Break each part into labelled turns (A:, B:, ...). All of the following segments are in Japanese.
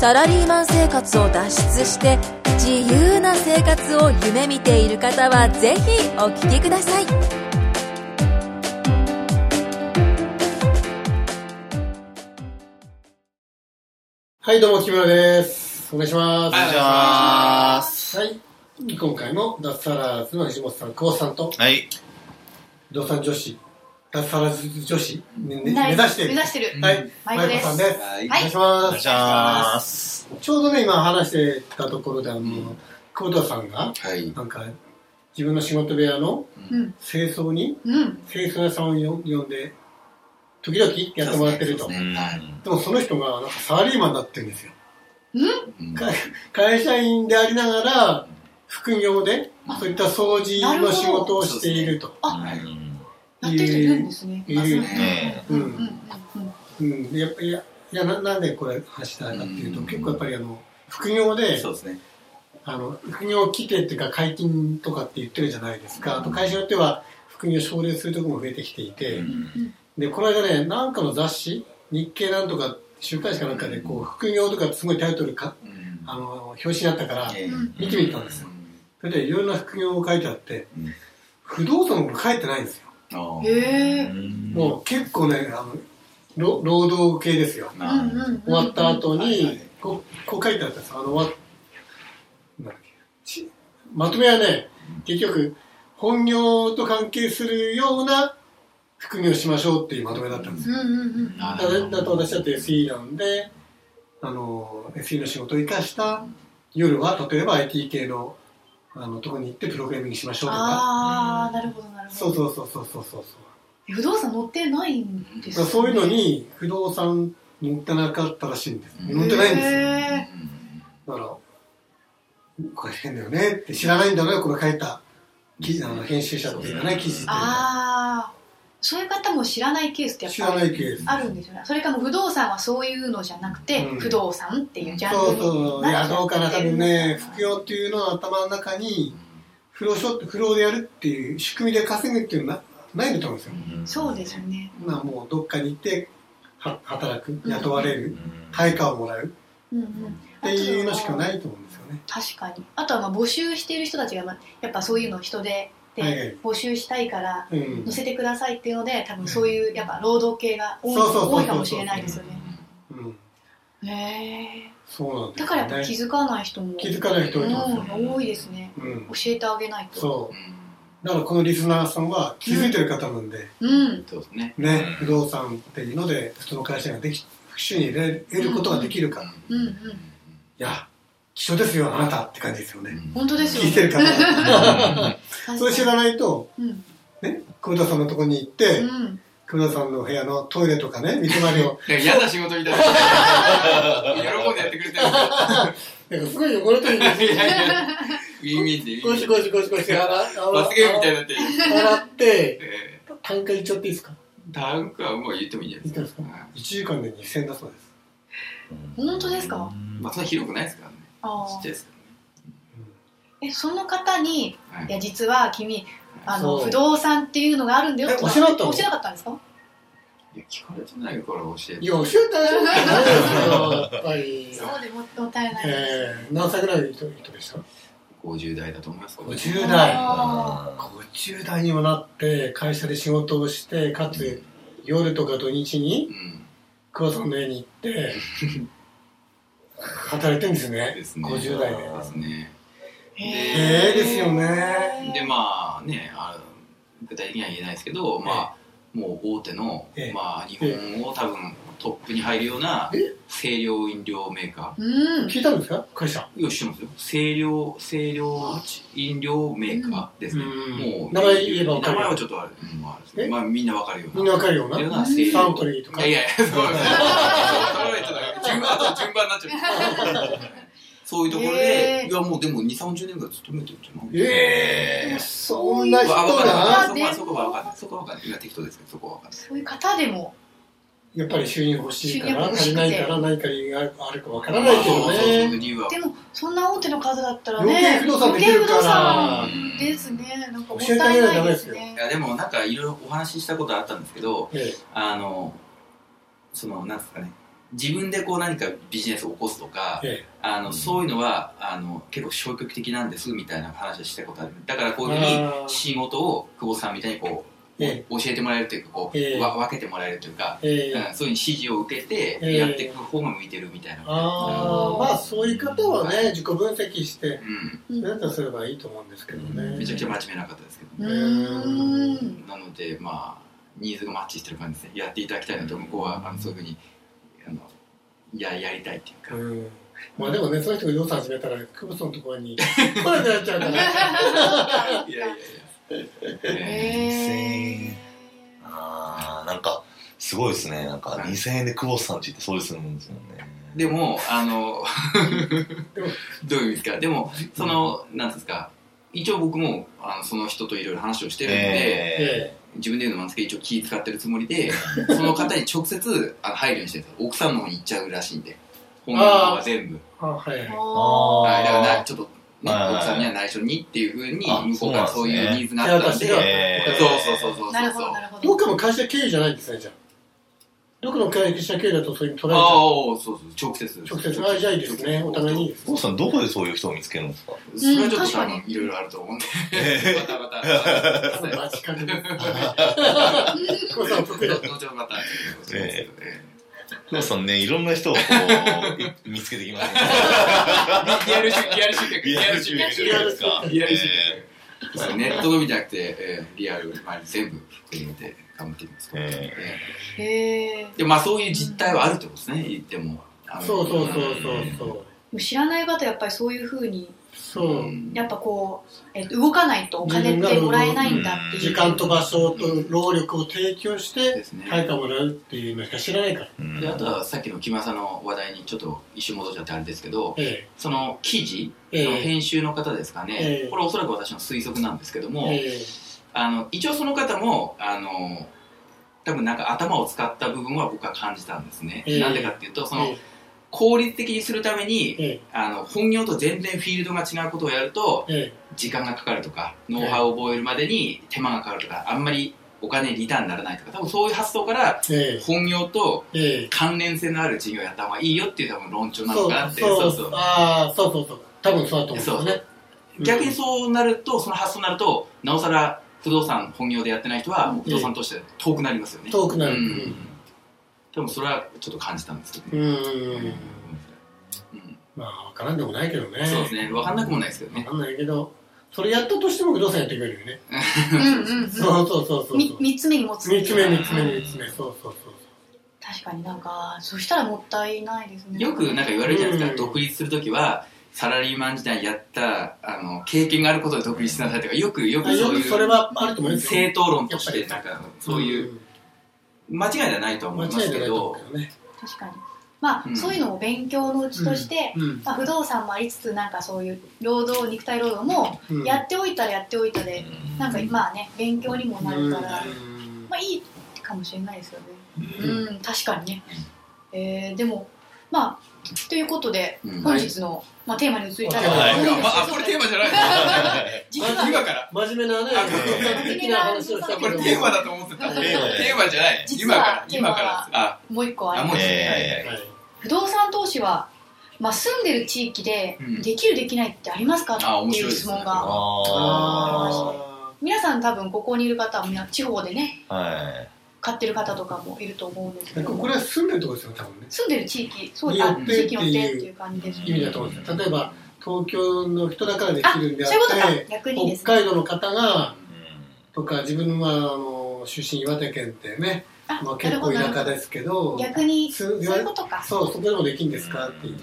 A: サラリーマン生活を脱出して自由な生活を夢見ている方はぜひお聞きください
B: はい、どうも、木村です。お願いします。
C: お願いします。
B: はい。今回も、脱サラーズの藤本さん、久保さんと、
C: はい。
B: 不動産女子、脱サラー女子、ねね目
D: 目
B: 指している。
D: 目指してる。
B: はい、
D: マイコです
B: さんです。
E: はい
B: お願いしま
C: お願い
B: す
C: し。ます。
B: ちょうどね、今話してたところで、あの、久保田さんが、
E: はい。
B: なんか、自分の仕事部屋の
D: うん。
B: 清掃に、
D: うん。
B: 清掃屋さんをよ呼んで、時々やってもらってると。
E: そう
B: で
E: ですね
B: もその人が、なんかサラリーマンだってるんですよ。
E: うん
B: か会社員でありながら副業でそういった掃除の仕事をしていると
C: う
E: はい
C: ん
D: やってる人いるんですね。
B: いるね
C: ね
D: うん
B: う
D: うん
B: んうんでやっぱいやいやななんでこれ話したかっていうと
E: うん
B: 結構やっぱりあの副業で
E: そうですね。
B: あの副業規定っていうか解禁とかって言ってるじゃないですかあと会社によっては副業奨励するところも増えてきていて、でこの間ねなんかの雑誌日経なんとか週刊誌かなんかでこう副業とかすごいタイトルか
E: うん
B: あの表紙にあったから
E: ええ
D: うん
B: 見てみたんですよそれでいろんな副業を書いてあって、
E: うん
B: 不動産のこと書いてないんですよ。
E: ああ
D: うん。へえ。
B: もう結構ね、あの、労労働系ですよ。
D: う
E: なあ
D: んうんうん。
B: 終わった後
E: はいはい
B: に、こう、こう書いてあったんですよ。あの、終わなんだっけちまとめはね、結局、本業と関係するような副業をしましょうっていうまとめだったんです
D: う
B: よ。
D: んうんうん。
E: な
B: だだと私だって SE なんで、あの、SE の仕事を生かした、夜は例えば IT 系の、あの、とこに行ってプログラミングしましょうとか、
D: ああ、なるほどなるほ
B: そ
D: ど。
B: うそうそうそうそうそう
D: 不動産乗ってないんです
B: そ
D: ね
B: う。そういうのに不動産乗ってなかったらしいんです
E: うん
B: 乗ってないんですよ
D: へ
B: だからこれ変だよねって知らないんだろうよこれ書いた記事あの編集者っていうかね記事っていうか
D: ああ。そういう方も知らないケースってやっ
B: 知ら
D: ぱ
B: ない
D: り
B: ケース
D: あるんですよね。それかも不動産はそういうのじゃなくて、
B: うん
D: 不動産っていうジャ
B: そう
D: ンル
B: そ
D: に
B: うい
D: な
B: や
D: っちゃってる
B: どうかな多分ね副業っていうのは頭の中に不労所不労でやるっていう仕組みで稼ぐっていうのはなないんだと思うんですよ
D: そうですよね。
B: まあもうどっかに行っては働く
D: ん
B: 雇われる
C: い。
B: 対価をもらうっ
D: うんうん。
B: ていうのしかないと思うんですよね
D: 確かにあとはまあ募集している人たちがまあやっぱそういうの人でで、
B: はいはい
D: 募集したいから
B: うん
D: 載せてくださいっていうので多分そういうやっぱ労働系が多い
B: そうそうそうそう
D: 多いかもしれないですよね
B: うん
D: へえ
B: そうなんです
D: だ
B: よね
D: からやっぱ気づかない人も
B: 気づかない人多いと思うんですよ
D: うん多いですね
B: うん
D: 教えてあげないと
B: そうだからこのリスナーさんは気づいてる方なんで、
D: うん
E: そうですね。
B: ね不動産っていうので普通の会社ができ復収に入れる得ることができるから、い
D: うんうん
B: や貴重ですよあなたって感じですよね、
D: 本当ですよ
B: 聞いてる方はそれ知らないと
D: うん
B: ね久保田さんのとこに行って、
D: うん
B: 久保田さんの部屋のトイレとかね見積もりを
F: いや嫌な仕事みたいな。喜んでやってくれて
B: な
F: る。
B: んかすごい汚れてるんですよ
F: いやいやウィンウィンでウィンウ
B: ゴ
F: ィ
B: シ
F: ン。
B: ゴシゴシゴシ洗
F: 罰ゲームみたいに
B: っ
F: なってる。
B: 洗って
F: え
B: 単価言っちゃっていいですか
F: ーダンクはもう言ってもいいんじゃない
B: い
F: で
B: いで
F: す
B: すか1時間で2000円だそうです
D: 本当ですか
F: か。まあそんな広くないですからね。
D: あ
F: ちっち
D: ー
F: ゃいですか
D: えその方に
F: らね。
D: い
F: はい
D: や実は君あの
B: そう
D: 不動産っていうのがあるんだよ
B: え
D: とか
B: 教えなかったの
D: 教えなかったんですか
F: いや聞かれてないから教え
B: い
F: て。
B: や、教えてないやっぱり。
D: そうでももったいないです
B: えー、何歳ぐらいの人でした
F: 50代だと思います。
B: 50代
D: あ
B: 50代にもなって会社で仕事をしてかつ夜とか土日に
F: うん。
B: 久保さんの家に行って 働いてるんですね
F: ですね。
B: 50代で
F: ですね。
D: ー
B: へーですよね
F: でまあねあの具体的には言えないですけど、まあ、もう大手の、
B: ええ
F: まあ、日本を多分トップに入るような
B: え
F: 清涼飲料メーカ
D: うん
B: 聞いたんですか会社
F: ーよし知ってますよ清涼清涼飲料メーカーですね、
B: うん
F: もう
B: 名前言えば分か
F: 名
B: る
F: 前はちょっとあれ,、うん、あれです
B: え
F: ねまあみんなわかるよう
B: み
F: なん
B: なわかるよう
F: よう
B: な
F: な清涼
B: サントリーとか
F: いやいやそうですねそれはちょっと順番順番になっちゃうそういうところ
D: へ
F: で
D: ー、
F: いやもうでも2、30年ぐらい勤めてるって思う。
B: ええそんな
F: あ
B: 人
F: わかん
B: が
F: ないそこはわかんない。そこはわかんない。今適当ですけど、そこはわかんない。
D: そういう方でも
B: やっぱり収入欲しいか
D: 収入
B: ら
D: 欲
B: 足
D: し
B: り
D: くて
B: ないから何か理由があるかわからないけど
F: そうそうそ
B: ね
F: う理由は。
D: でもそんな大手の数だったら
B: 余計
D: ね
B: 不動産できるか
D: 余
B: ら
D: 計不動産ですねなんかもったいないですね
F: いやでもなんかいろいろお話ししたことあったんですけど、
B: ええ
F: あの、その、なんですかね、自分でこう何かビジネスを起こすとか、
B: え
F: あのそういうのはあの結構消極的なんですみたいな話をしたことあるだからこういうふう
B: あー
F: に仕事を久保さんみたいにこう、
B: え
F: 教えてもらえるというかこう、
B: ええ
F: わ分けてもらえるというか、
B: えええ
F: うんそういう指示を受けて
B: ええ
F: やっていく方が向いてるみたいな、
B: ああまあそういう方はね自己分析して
F: う
D: うん
B: 何かすればいいと思うんですけどね
F: ん、めちゃくちゃ真面目な方ですけ
D: う
F: ど、
D: ーん
F: なのでまあニーズがマッチしてる感じですねやっていただきたいなと向こうはあのそういうふうにあのややりたいっていうか、
B: うんまあでもね、その人が予算始めたら、クブソのところに来なくなっちゃう から、
F: いやいやいや、 え
D: へー
C: あーなんかすごいですねなんか2000円で久保さんちってそうでするもんですもんね
F: えでも あの
B: でも
F: どういう意味ですかでもそのなんていうんですか一応僕もあのその人といろいろ話をしてるんで、
C: え
B: え
F: 自分で言うのもなんですけど一応気使ってるつもり でその方に直接あの配慮にしてるんですよ奥さんの方に行っちゃうらしいんで本物は全部
B: えあはいはい。
D: あ
F: はいだか
C: あ
F: ら
C: ー
F: なちょっと、ね、
C: はい
F: 奥さんには内緒にっていうふうに
C: あ
F: 向こうから
C: そ
F: そう
C: な
F: う
C: んですね
F: いうニーズがあったんで
B: 手渡しが
C: え
F: そう
C: ー
F: そうそうそうそう
D: ーなるほどなるほど
B: どっかの会社経由じゃないんですね、じゃあ。どっかの会社経由だとそういうに取られち
F: ああ
B: ゃう。
F: そうそう直接
B: 直接、あじゃあいいですね、お互いにいいです
C: 久
B: ね
C: 保。さんどこでそういう人を見つけるんですか
F: それはちょっ
D: うん確
F: と
D: か
F: あ
D: に
F: のいろいろあると思うんで
C: え
F: またまた
B: 多分
F: ま
B: バチカンです。クブソの
F: た
B: ところ
F: 後ほどまた
C: え久保さんねいろんな人をこうい見つけてきますね
F: リアル集客リアル集客
C: リアル中継ですか
F: リアル集
C: えー
F: 客そうネットのみじゃなくて、えーリアル、まあ、全部含めて頑張っていきますから、
C: え
F: え
D: へえ
F: ーでまあそういう実態はあるってことですね言ってもあの
B: そうそうそうそうそう。
D: もう知らない方やっぱりそういうふうに
B: そうう。
F: ん
D: やっぱこう、えっと動かないとお金ってもらえないんだってい
B: 時
D: う
B: 間と場所と労力を提供して、
F: ですね、
B: 対価をもらうっていうのしか知らないから。
C: うん
F: であとはさっきの木村さんの話題にちょっと一瞬戻っちゃってあれですけど
B: え
F: その記事
B: え。え
F: の
B: え。
F: 編集の方ですかね、
B: ええ
F: これおそらく私の推測なんですけども、
B: ええ。
F: あの一応その方もあの多分なんか頭を使った部分は僕は感じたんですね、
B: ええ
F: なんでかっていうとその、
B: え
F: 効率的にするために、
B: え。
F: あの本業と全然フィールドが違うことをやると
B: ええ。
F: 時間がかかるとかノウハウを覚えるまでに手間がかかるとかあんまりお金にリターンにならないとか多分そういう発想から
B: え
F: 本業と
B: え。ええ。
F: 関連性のある事業をやった方がいいよっていう多分論調な
B: そ
F: の
B: う
F: かなって
B: そ
F: そううそう
B: ああそうそうそう多分そうだと思うんですよねうん
F: 逆にそうなるとその発想になるとなおさら不動産本業でやってない人はもう不動産として遠くなりますよね、
B: 遠くなる
F: うんでもそれはちょっと感じたんですけど
B: う
F: ね、
B: ん
F: うん
B: まあ分からんでもないけどね
F: そうですね分かんなくもないですけど
B: 分
F: ね
B: かんないけどそれやったとしても不動産やってくれるよね
D: うんうんうん
B: そうそうそうそう
D: み三つ目に持つってい
B: 三つ
D: う
B: 目三つ目三つ目そうそうそう
D: 確かになんかそしたらもったいないですね
F: よくなんか言われるじゃないですか、
B: うん
F: 独立するときはサラリーマン時代やったあの経験があることで独立しなさいとかよくよ
B: あ
F: く
B: よ
F: そう
B: く
F: いう
B: それはあると思います
F: 正
B: よ
F: 当論としてなんかそういう
B: うん
F: 間違いではないとは思
B: 間
F: いま
B: 違い
F: す
B: じゃ
F: け
B: ないと
F: ど
B: 思うけどね
D: 確かにまあ、
F: うん
D: そういうのも勉強のうちとして、
B: うん
D: まあ、不動産もありつつなんかそういう労働肉体労働も
B: うん
D: やっておいたらやっておいたで、なんかまあね勉強にもなるから、
B: うん
D: まあいいかもしれないですよね
B: う
D: うんん、確かにね、えーでもまあということで、
F: うん
D: 本日の、まあ、テーマに移りたい
C: はい
F: あ
C: はい
D: と思いま
F: まあ
D: す
F: これテーマじゃない
D: 実は
F: 今から
B: 真面目なね
F: あ
B: 不動産的な話をしたけど
F: これテーマだと思って
C: ー
D: テ
F: た
C: マ
F: テーマじゃない
D: 実
F: 今か
D: は
F: ら今からあ
D: もう一個あ
F: あ
D: り
F: も
D: ま
F: う
D: す
C: え
F: 一
C: ー
F: 回はいはい
B: はい
D: 不動産投資は、まあ、住んでる地域で
F: うん
D: できるできないってありますか
F: あ
D: って
F: 面
D: い
F: 白
D: う
F: いです
D: 質
F: ね
D: 問
F: こ
D: が
B: あ
D: 皆さん多分ここにいる方はみんな地方でね
C: は
D: 買ってる方とかもいると思うんですけ
B: ー
D: ど
B: これは住んでるとこですよ多分ね
D: 住んでる地域そう
B: によ
D: あ
B: って
D: 地域によって
B: っ
D: ってて
B: い
D: いう感じです
B: 意味だと思うんですよ例えば東京の人だからできるんであっ
D: そういうことか
B: て
D: 逆にです
B: 北
D: ね
B: 海道の方が
C: い
B: とか自分はあの出身岩手県ってね、
D: あ
B: まあ、
D: な
B: 結
D: るほ
B: 構
D: ど
B: 田舎ですけど
D: 逆に
B: す
D: そういうことか
B: そうそこでもできるんですかっていう
F: う、ん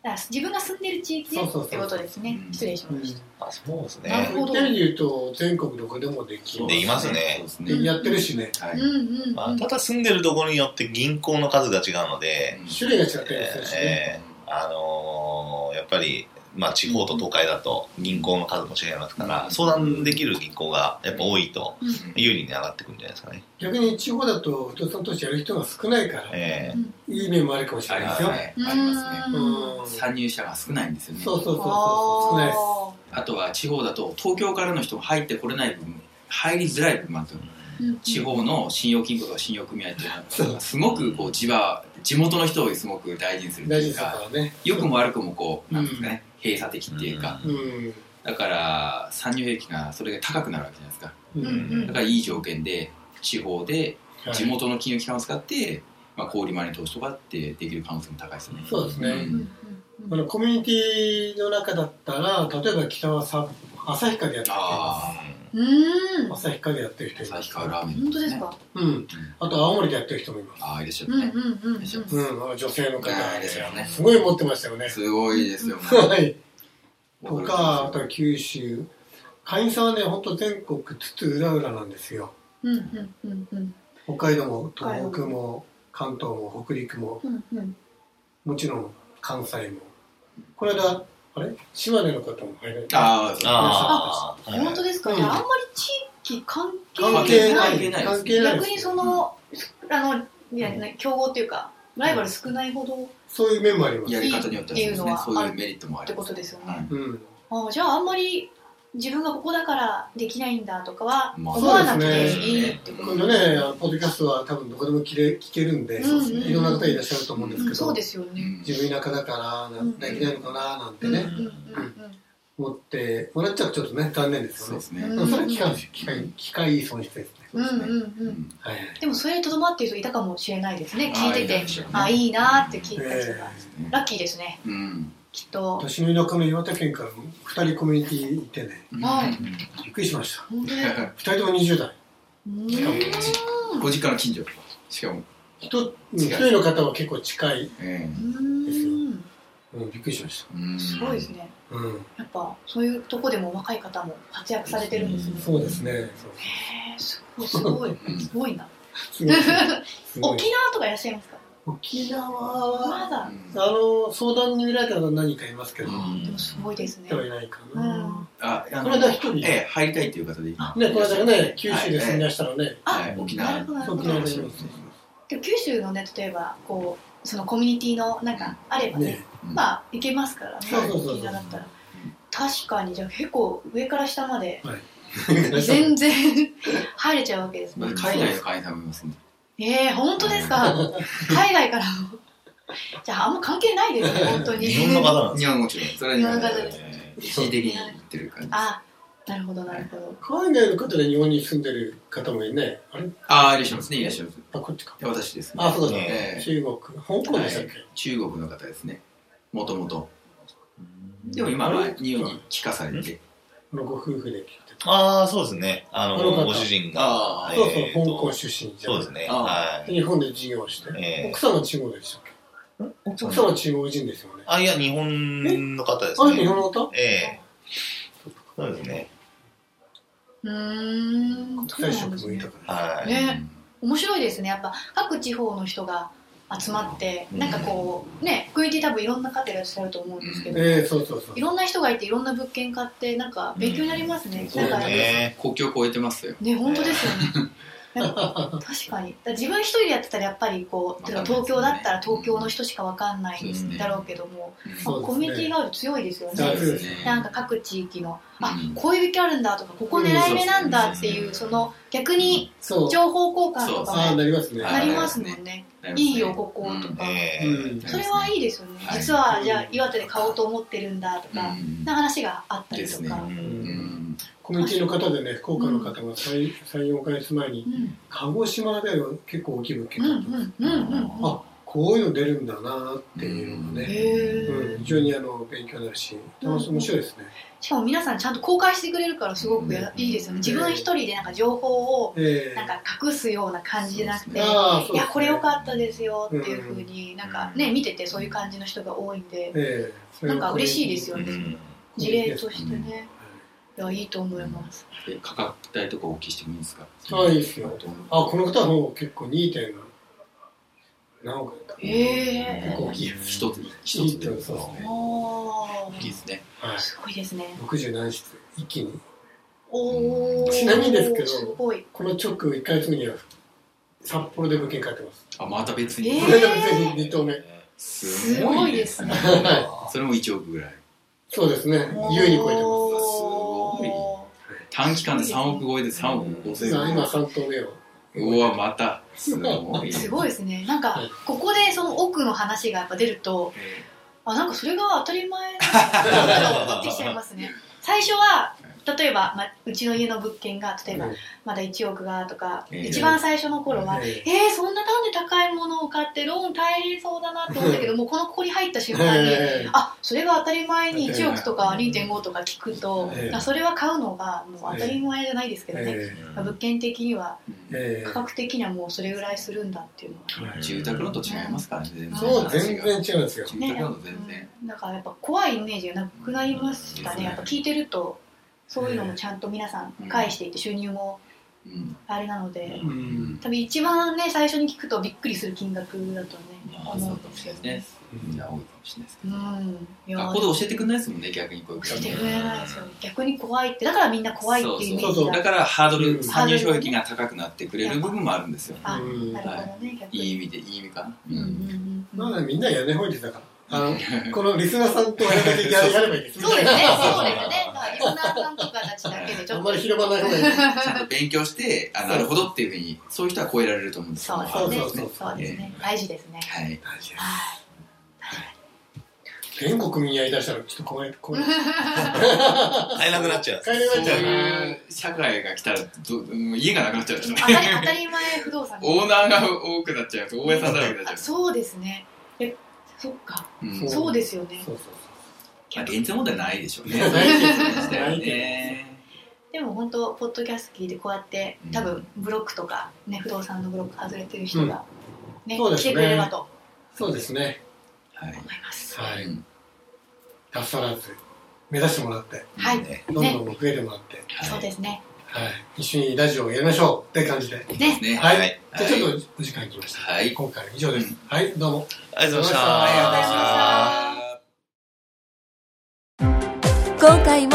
D: だから自分が住んでる地域で
B: そうそうそう
D: ってことですね
F: うん
D: 失礼しました
C: あそうです
B: まあ
C: ね
D: るほど
B: 言ってみると全国どこでもできる
C: できますね
F: そうです
B: で
F: ね
B: やってるしね
F: は
D: うん
F: い
D: うんうん
C: まあ、ただ住んでるところによって銀行の数が違うので、
B: 種類が違ったりするしね、
C: えーあのーぱり、まあ、地方と都会だと銀行の数も違いますから、
F: うん
C: 相談できる銀行がやっぱ多いと
D: うん
C: 有利に上がってくるんじゃないですかね。
B: 逆に地方だと不動産投資やる人が少ないから、
C: え
D: うん
B: いい面もあるかもしれ
F: あ
B: な
F: り
B: いで
F: ますす
B: よ。
F: ね。
D: うん
F: ありますね。
B: うん
F: 参入者が少ないんですよね。
B: そうそうそうそう、少ないです。
D: あ
F: あとは地方だと東京からの人も入ってこれない分入りづらい部分もあって
D: ーうん
F: 地方の信用金庫とか信用組合っていうの
B: そ
F: は
B: う
F: すごくこう地場地元の人をすごく大事にすると
B: 大事
F: い
B: で
F: う
B: すか
F: から
B: ね。
F: 良くも悪くもこうなんですかね閉鎖的っていうか
B: うん。うん
F: だから参入平均がそれが高くなるわけじゃないですか
B: うん
D: うんうん
F: だからいい条件で地方で
B: はい
F: 地元の金融機関を使ってまあ小売りマネー投資とかってできる可能性も高いですよね
B: そうですね
D: うんんうん
B: あのコミュニティの中だったら、例えば北はさ旭川でやってる人いま
F: あ
D: うん
B: す。旭川でやってる人
F: あ
B: います
F: 旭。川ラーメン
D: 本当ですか
B: うん。あと青森でやってる人もいます。
F: ああいいですよ
D: うんうん
F: ね
D: うんうん
B: うん、あの女性の方
F: ああいいですよね
B: すごい持ってましたよね。
F: すごいですよね
B: はい。とか、あとは九州。会員さんはね、ほんと全国つつ裏裏なんですよ。
D: うんうんうんうん
B: 北海道も東北も関東も北陸も
D: うんうん
B: もちろん関西もこの間あれ島根の方も入られて
F: あ
C: ー
F: あ
C: あー、はい
D: 本当ですか、
B: うん
D: じゃああんまり地域関係
B: 関
F: 係
B: 係
F: な
B: ないい
F: 関
B: 関
F: 係
B: 係ない
D: 逆にそのあのいや、ね、競合っていうかライバル少ないほど
B: そういう面もあります
F: やり方によってはそうですねそういうメリットもあ
D: っ
F: り
D: て
F: ま
D: こ
F: す
D: とですよね、
F: はい
B: うん
D: ああじゃああんまり自分がここだからできないんだとかは
F: まあ
D: 思わなくて
B: そうです
F: ね
D: いいってこ
B: 今
D: と
B: 度ねあのポッドキャストは多分どこでも聞け聞けるんで
D: うんうん
B: いろんな方いらっしゃると思うんです
D: う
B: け
D: ん、そ
B: ど
D: うですよね。
B: 自分田舎だからな
D: うん
B: できないのかななんて
D: うんうん
B: ね
D: うん
B: 思ってもらっちゃうとちょっとね残念です
F: そう
B: よ
F: で
B: ね
F: すね、
D: うん
B: それは機会機会機会損失ですね
D: うんうんうんう
F: うんん
B: はい
D: でもそれにとどまっている人いたかもしれないですね。聞いて
F: ああいい
D: て
F: でしょうね、
D: あいいなって聞いた人が
B: え
D: ラッキーですね。
F: うん
D: きっと
B: 私の田舎の岩手県から2人コミュニティいてね
D: はい
B: びっくりしました
D: 本当だよ
B: 2人とも20代
D: う
F: しかも
D: ん
F: ご実家の近所しかも、
B: 一一人の方は結構近い、
F: え
D: うん
B: うん、びっくりしまし
F: えうん
D: すごいですね。
B: た、うん、
D: やっぱそういうとこでも若い方も活躍されてるんですね。
B: そうですねそう
D: へえすごいす ごい
F: うん
D: すごいな。
B: すごいすごい
D: 沖縄とかいらっしゃいますか。
B: 沖縄は
D: まだ
F: うん
B: あの相談に見られた方何人かいますけど、
F: うん
D: でもすごいですね
B: 人。はいないか
D: うん
B: な、
F: ああ
B: こ
F: の
B: れだ一人、
F: ええ入りたいっていう方でいい
D: あ
B: ねこれだけね九州で住み
F: はい
B: 出したらね、
F: は
D: あ
F: い、沖縄
D: なるほどなる
B: そ
D: ほ
B: う沖縄でいう
D: ど
F: そ
B: ま
F: そう
D: でも九州のね例えばこうそのコミュニティのなんかあれば
B: す
D: ね
B: ね
F: うん
D: まあ行けますからね
B: そうそうそうそう
D: 沖縄だったら確かにじゃあ結構上から下まで
B: 全
D: 全然 入れちゃうわけです
F: ま
D: ね
F: あ海外の会員さんもいますんで
D: えー、本当ですか海外からもじゃああんま関係ないですね本当に
C: 日本の方なんです
F: 日本はもちろんそれは
D: 日本の方です
C: ね。
F: 一時的に行ってる感じ
D: あなるほどなるほど
B: 海外の方で日本に住んでる方もいるねあれ
F: ああいらっしゃいますねいらっしゃいますい
B: あこっちか
F: や私ですね
B: あそうだ、
F: ええ
B: 中国香港でしたっけ、
F: 中国の方ですねもともとでも今は日本に帰化されて
B: あのご夫婦で聞いて
C: ああ、そうですね。あ
B: この
C: の、
B: 方
C: ご主人
F: あ
C: が、
F: ー
B: そう
C: えー
B: そう
C: と
B: 香港出身じゃ
C: そ
B: ん
C: うですね。
F: あー
C: はい。
B: 日本で事業をして、
C: ええ
B: 奥さんは中国でしたっけ奥さんは中国人ですよね
C: あ、いや、日本の方です
B: あ
C: ね。
B: れ日本の方
C: ええそうですね。
D: うーんそう
B: 国際
D: な
B: 色
D: んで
B: も
D: す
B: いい
D: ね
B: とから、
C: はい。
D: ね面白いですねやっぱ各地方の人が集まって
C: うん
D: なんかこうねクイティ多分いろんな方いらっしゃると思うんですけど、
B: ええそうそうそう
D: いろんな人がいていろんな物件買ってなんか勉強になりますね、
F: そう
D: な
F: だ
D: んか
F: ね国境を越えてますよ
D: ね本当ですよねなんか確かにだから自分一人でやってたらやっぱりこう例えば東京だったら東京の人しかわかんな
F: そうで
D: い
F: すね
D: だろうけども、
F: う
B: そ
F: ん
B: うですね
D: コミュニティがあると強いですよね
B: そうです
F: ね
D: なんか各地域のあ
F: うん
D: こういう域あるんだとかここ狙い目なんだっていううんその逆に
B: そう
D: 情報交換と
B: あ
D: か
B: あ
D: も
B: なりますね
D: なりますもんね
F: なりますね
D: いいよこことか、
C: え
B: う
C: え
B: ん
D: それはいいですよね、
F: はい
D: 実はじゃあ岩手で買おうと思ってるんだとか、
F: うん
D: な話があったりとか、
F: ですね
C: う
F: うんん
B: コミュニティの方でね福岡の方が34か月前に
D: うん
B: 鹿児島では結構大きい物件
D: うん
B: だったん
D: う
B: です、
D: んうんうんうん
B: あこういうの出るんだなっていうのが
D: へ
B: ね、
D: え、
B: うん、非常にあの勉強になるし楽しい面白いですね、
D: しかも皆さんちゃんと公開してくれるからすごくや
F: うん
D: いいですよね自分一人でなんか情報を
B: ええ
D: なんか隠すような感じじゃなくて、
F: そうですね
B: ああそうです
D: い
B: ね
D: やこれ良かったですよっていう風になんかね見ててそういう感じの人が多いん
B: え
D: で
B: えそれ
D: な
B: は
D: んか嬉しいですよ
C: う
D: ね
C: ん。
D: 事例としてねいやいいと思います
F: で価格帯とかお聞きしてもいいですか
B: あいいですよあこの方はもう結構2点何億
D: え
B: 結
D: え
B: 構大きいです。
F: 一つ一
B: 一
F: つ
B: つ
F: で
B: そうですね。
D: お
F: いいですね
B: はい
D: ー。すごいですね
B: 60何室一気に
D: おー
B: ちなみにですけど
D: すごい
B: この直1か月後には札幌で物件買ってます
F: あまた別
D: え
F: に
B: こ
D: ー
B: れでもぜひ2棟目
F: す
D: すごいです
B: は
F: それも1億ぐらい
B: そうですね優に超えてま
D: おー
F: すご短期間で3億超えで3億5
B: す今
F: 千
B: 今
F: 円
B: 3棟目を
F: うわまたすご い
D: すごいですねなんか
B: はい
D: ここでその奥の話がやっぱ出るとあなんかそれが当たり前ななってきちゃいますね最初は例えば、まあ、うちの家の物件が例えばまだ1億がとか、
F: ええ
D: 一番最初の頃は、
B: え
D: えー、そんななんで高いものを買ってローン大変そうだなって思ったけどもうこのここに入った瞬間に、
B: え
D: あそれが当たり前に1億とか2.5とか聞くと、
B: ええ
D: あそれは買うのがもう当たり前じゃないですけどね、
B: え
D: まあ物件的には
F: うん
B: ええ
D: 価格的にはもうそれぐらいするんだっていうのは、
B: はい
F: 住宅ローンと違いますからね全然
B: そう全然違うんですよ
F: 住宅ローンと全然
D: うん、だからやっぱ怖いイメージがなくなりました
F: うん
D: ねやっぱ聞いてるとそういうのもちゃんと皆さん返していて収入も
F: うん
D: あれなので、
B: う
F: うんん
D: 多分一番ね最初に聞くとびっくりする金額だとね
F: まあ
D: 思
F: そううんか
D: で
F: も
D: す
F: し
D: け
F: れ
D: ど
F: ないですねじゃあ多いかもしれないですけ
D: う
F: ど
D: んいや
F: 学校で教えてくれないですもんね逆にこういう
D: 教えて
F: の
D: くれないですよ逆に怖いってだからみんな怖いっていうイメー
B: そう
D: ジ
B: そう
D: が
F: だからハード
B: う
F: ル
B: ん
F: 参入障壁が高くなってくれる部分もあるんですよ
D: あな
B: う
D: る
B: ん
D: ほどね逆
F: いい
D: に
F: 意味でいい意味かな、
D: うんうんうん
B: な
D: うん
B: のでみんな屋根掘りでだからあのこのリスナーさんとやるだけややればいいです
D: そうですねそうですねだからリスナーさんとかたちだけでち
B: あ
D: ょ
B: ん
D: っ
B: ま
D: と
B: り広まらない方がいいです
F: ちゃんと勉強してあなるほどっていうふうにそういう人は超えられると思うんですよ
D: そうですね
B: そうそうそう
D: そうですね大事です ね
F: はい
D: はい
B: 全国民やりだしたらちょっと怖い怖い
C: 会えなくなっちゃう
B: 帰れ
F: そ
B: な
F: う
B: っちゃう
F: いう社会が来たらどうん家がなくなっちゃうでしょ
D: 当たり当たり前不動産
F: オーナーが多くなっちゃうと大家さんだらけになっ
D: あ
F: ちゃ
D: そうですねえそっか
F: う、うん
B: そう
D: そうですよね
B: そうそう
F: まあ、現実問題ないでしょう ね
B: ないです
F: だ
B: よ
F: よ
B: ない
F: ね
D: でも本当ポッドキャスト聞いてこうやって
F: うん
D: 多分ブロックとか、ね、不動産のブロック外れてる人が、ね
B: そうです
D: 来
B: ね
D: てくれればと
B: そうですね
F: はい
D: 思います。
B: はい
F: うん
B: 脱サラーズ目指してもらって
D: はい、
F: ね
B: どんどん増えてもらって、
D: そうですね。
B: はい、一緒にラジオをやりましょうって感じで、
D: ね、
F: ね
B: はい
C: はい
B: じゃあちょっとお時間きました、
F: はい
B: 今回は以上です、
F: うん
B: はいどうも
C: ありがとうござい
B: ありがとうござい
C: まし
B: ま
C: た
D: した
A: 今回も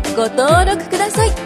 A: ご登録ください